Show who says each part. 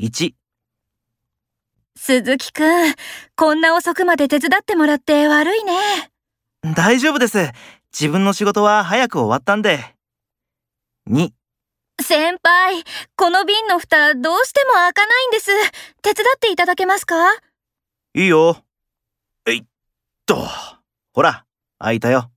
Speaker 1: 1、
Speaker 2: 鈴木くん、こんな遅くまで手伝ってもらって悪いね。
Speaker 1: 大丈夫です。自分の仕事は早く終わったんで。2、
Speaker 2: 先輩、この瓶の蓋どうしても開かないんです。手伝っていただけますか
Speaker 1: いいよ。えいっと。ほら、開いたよ。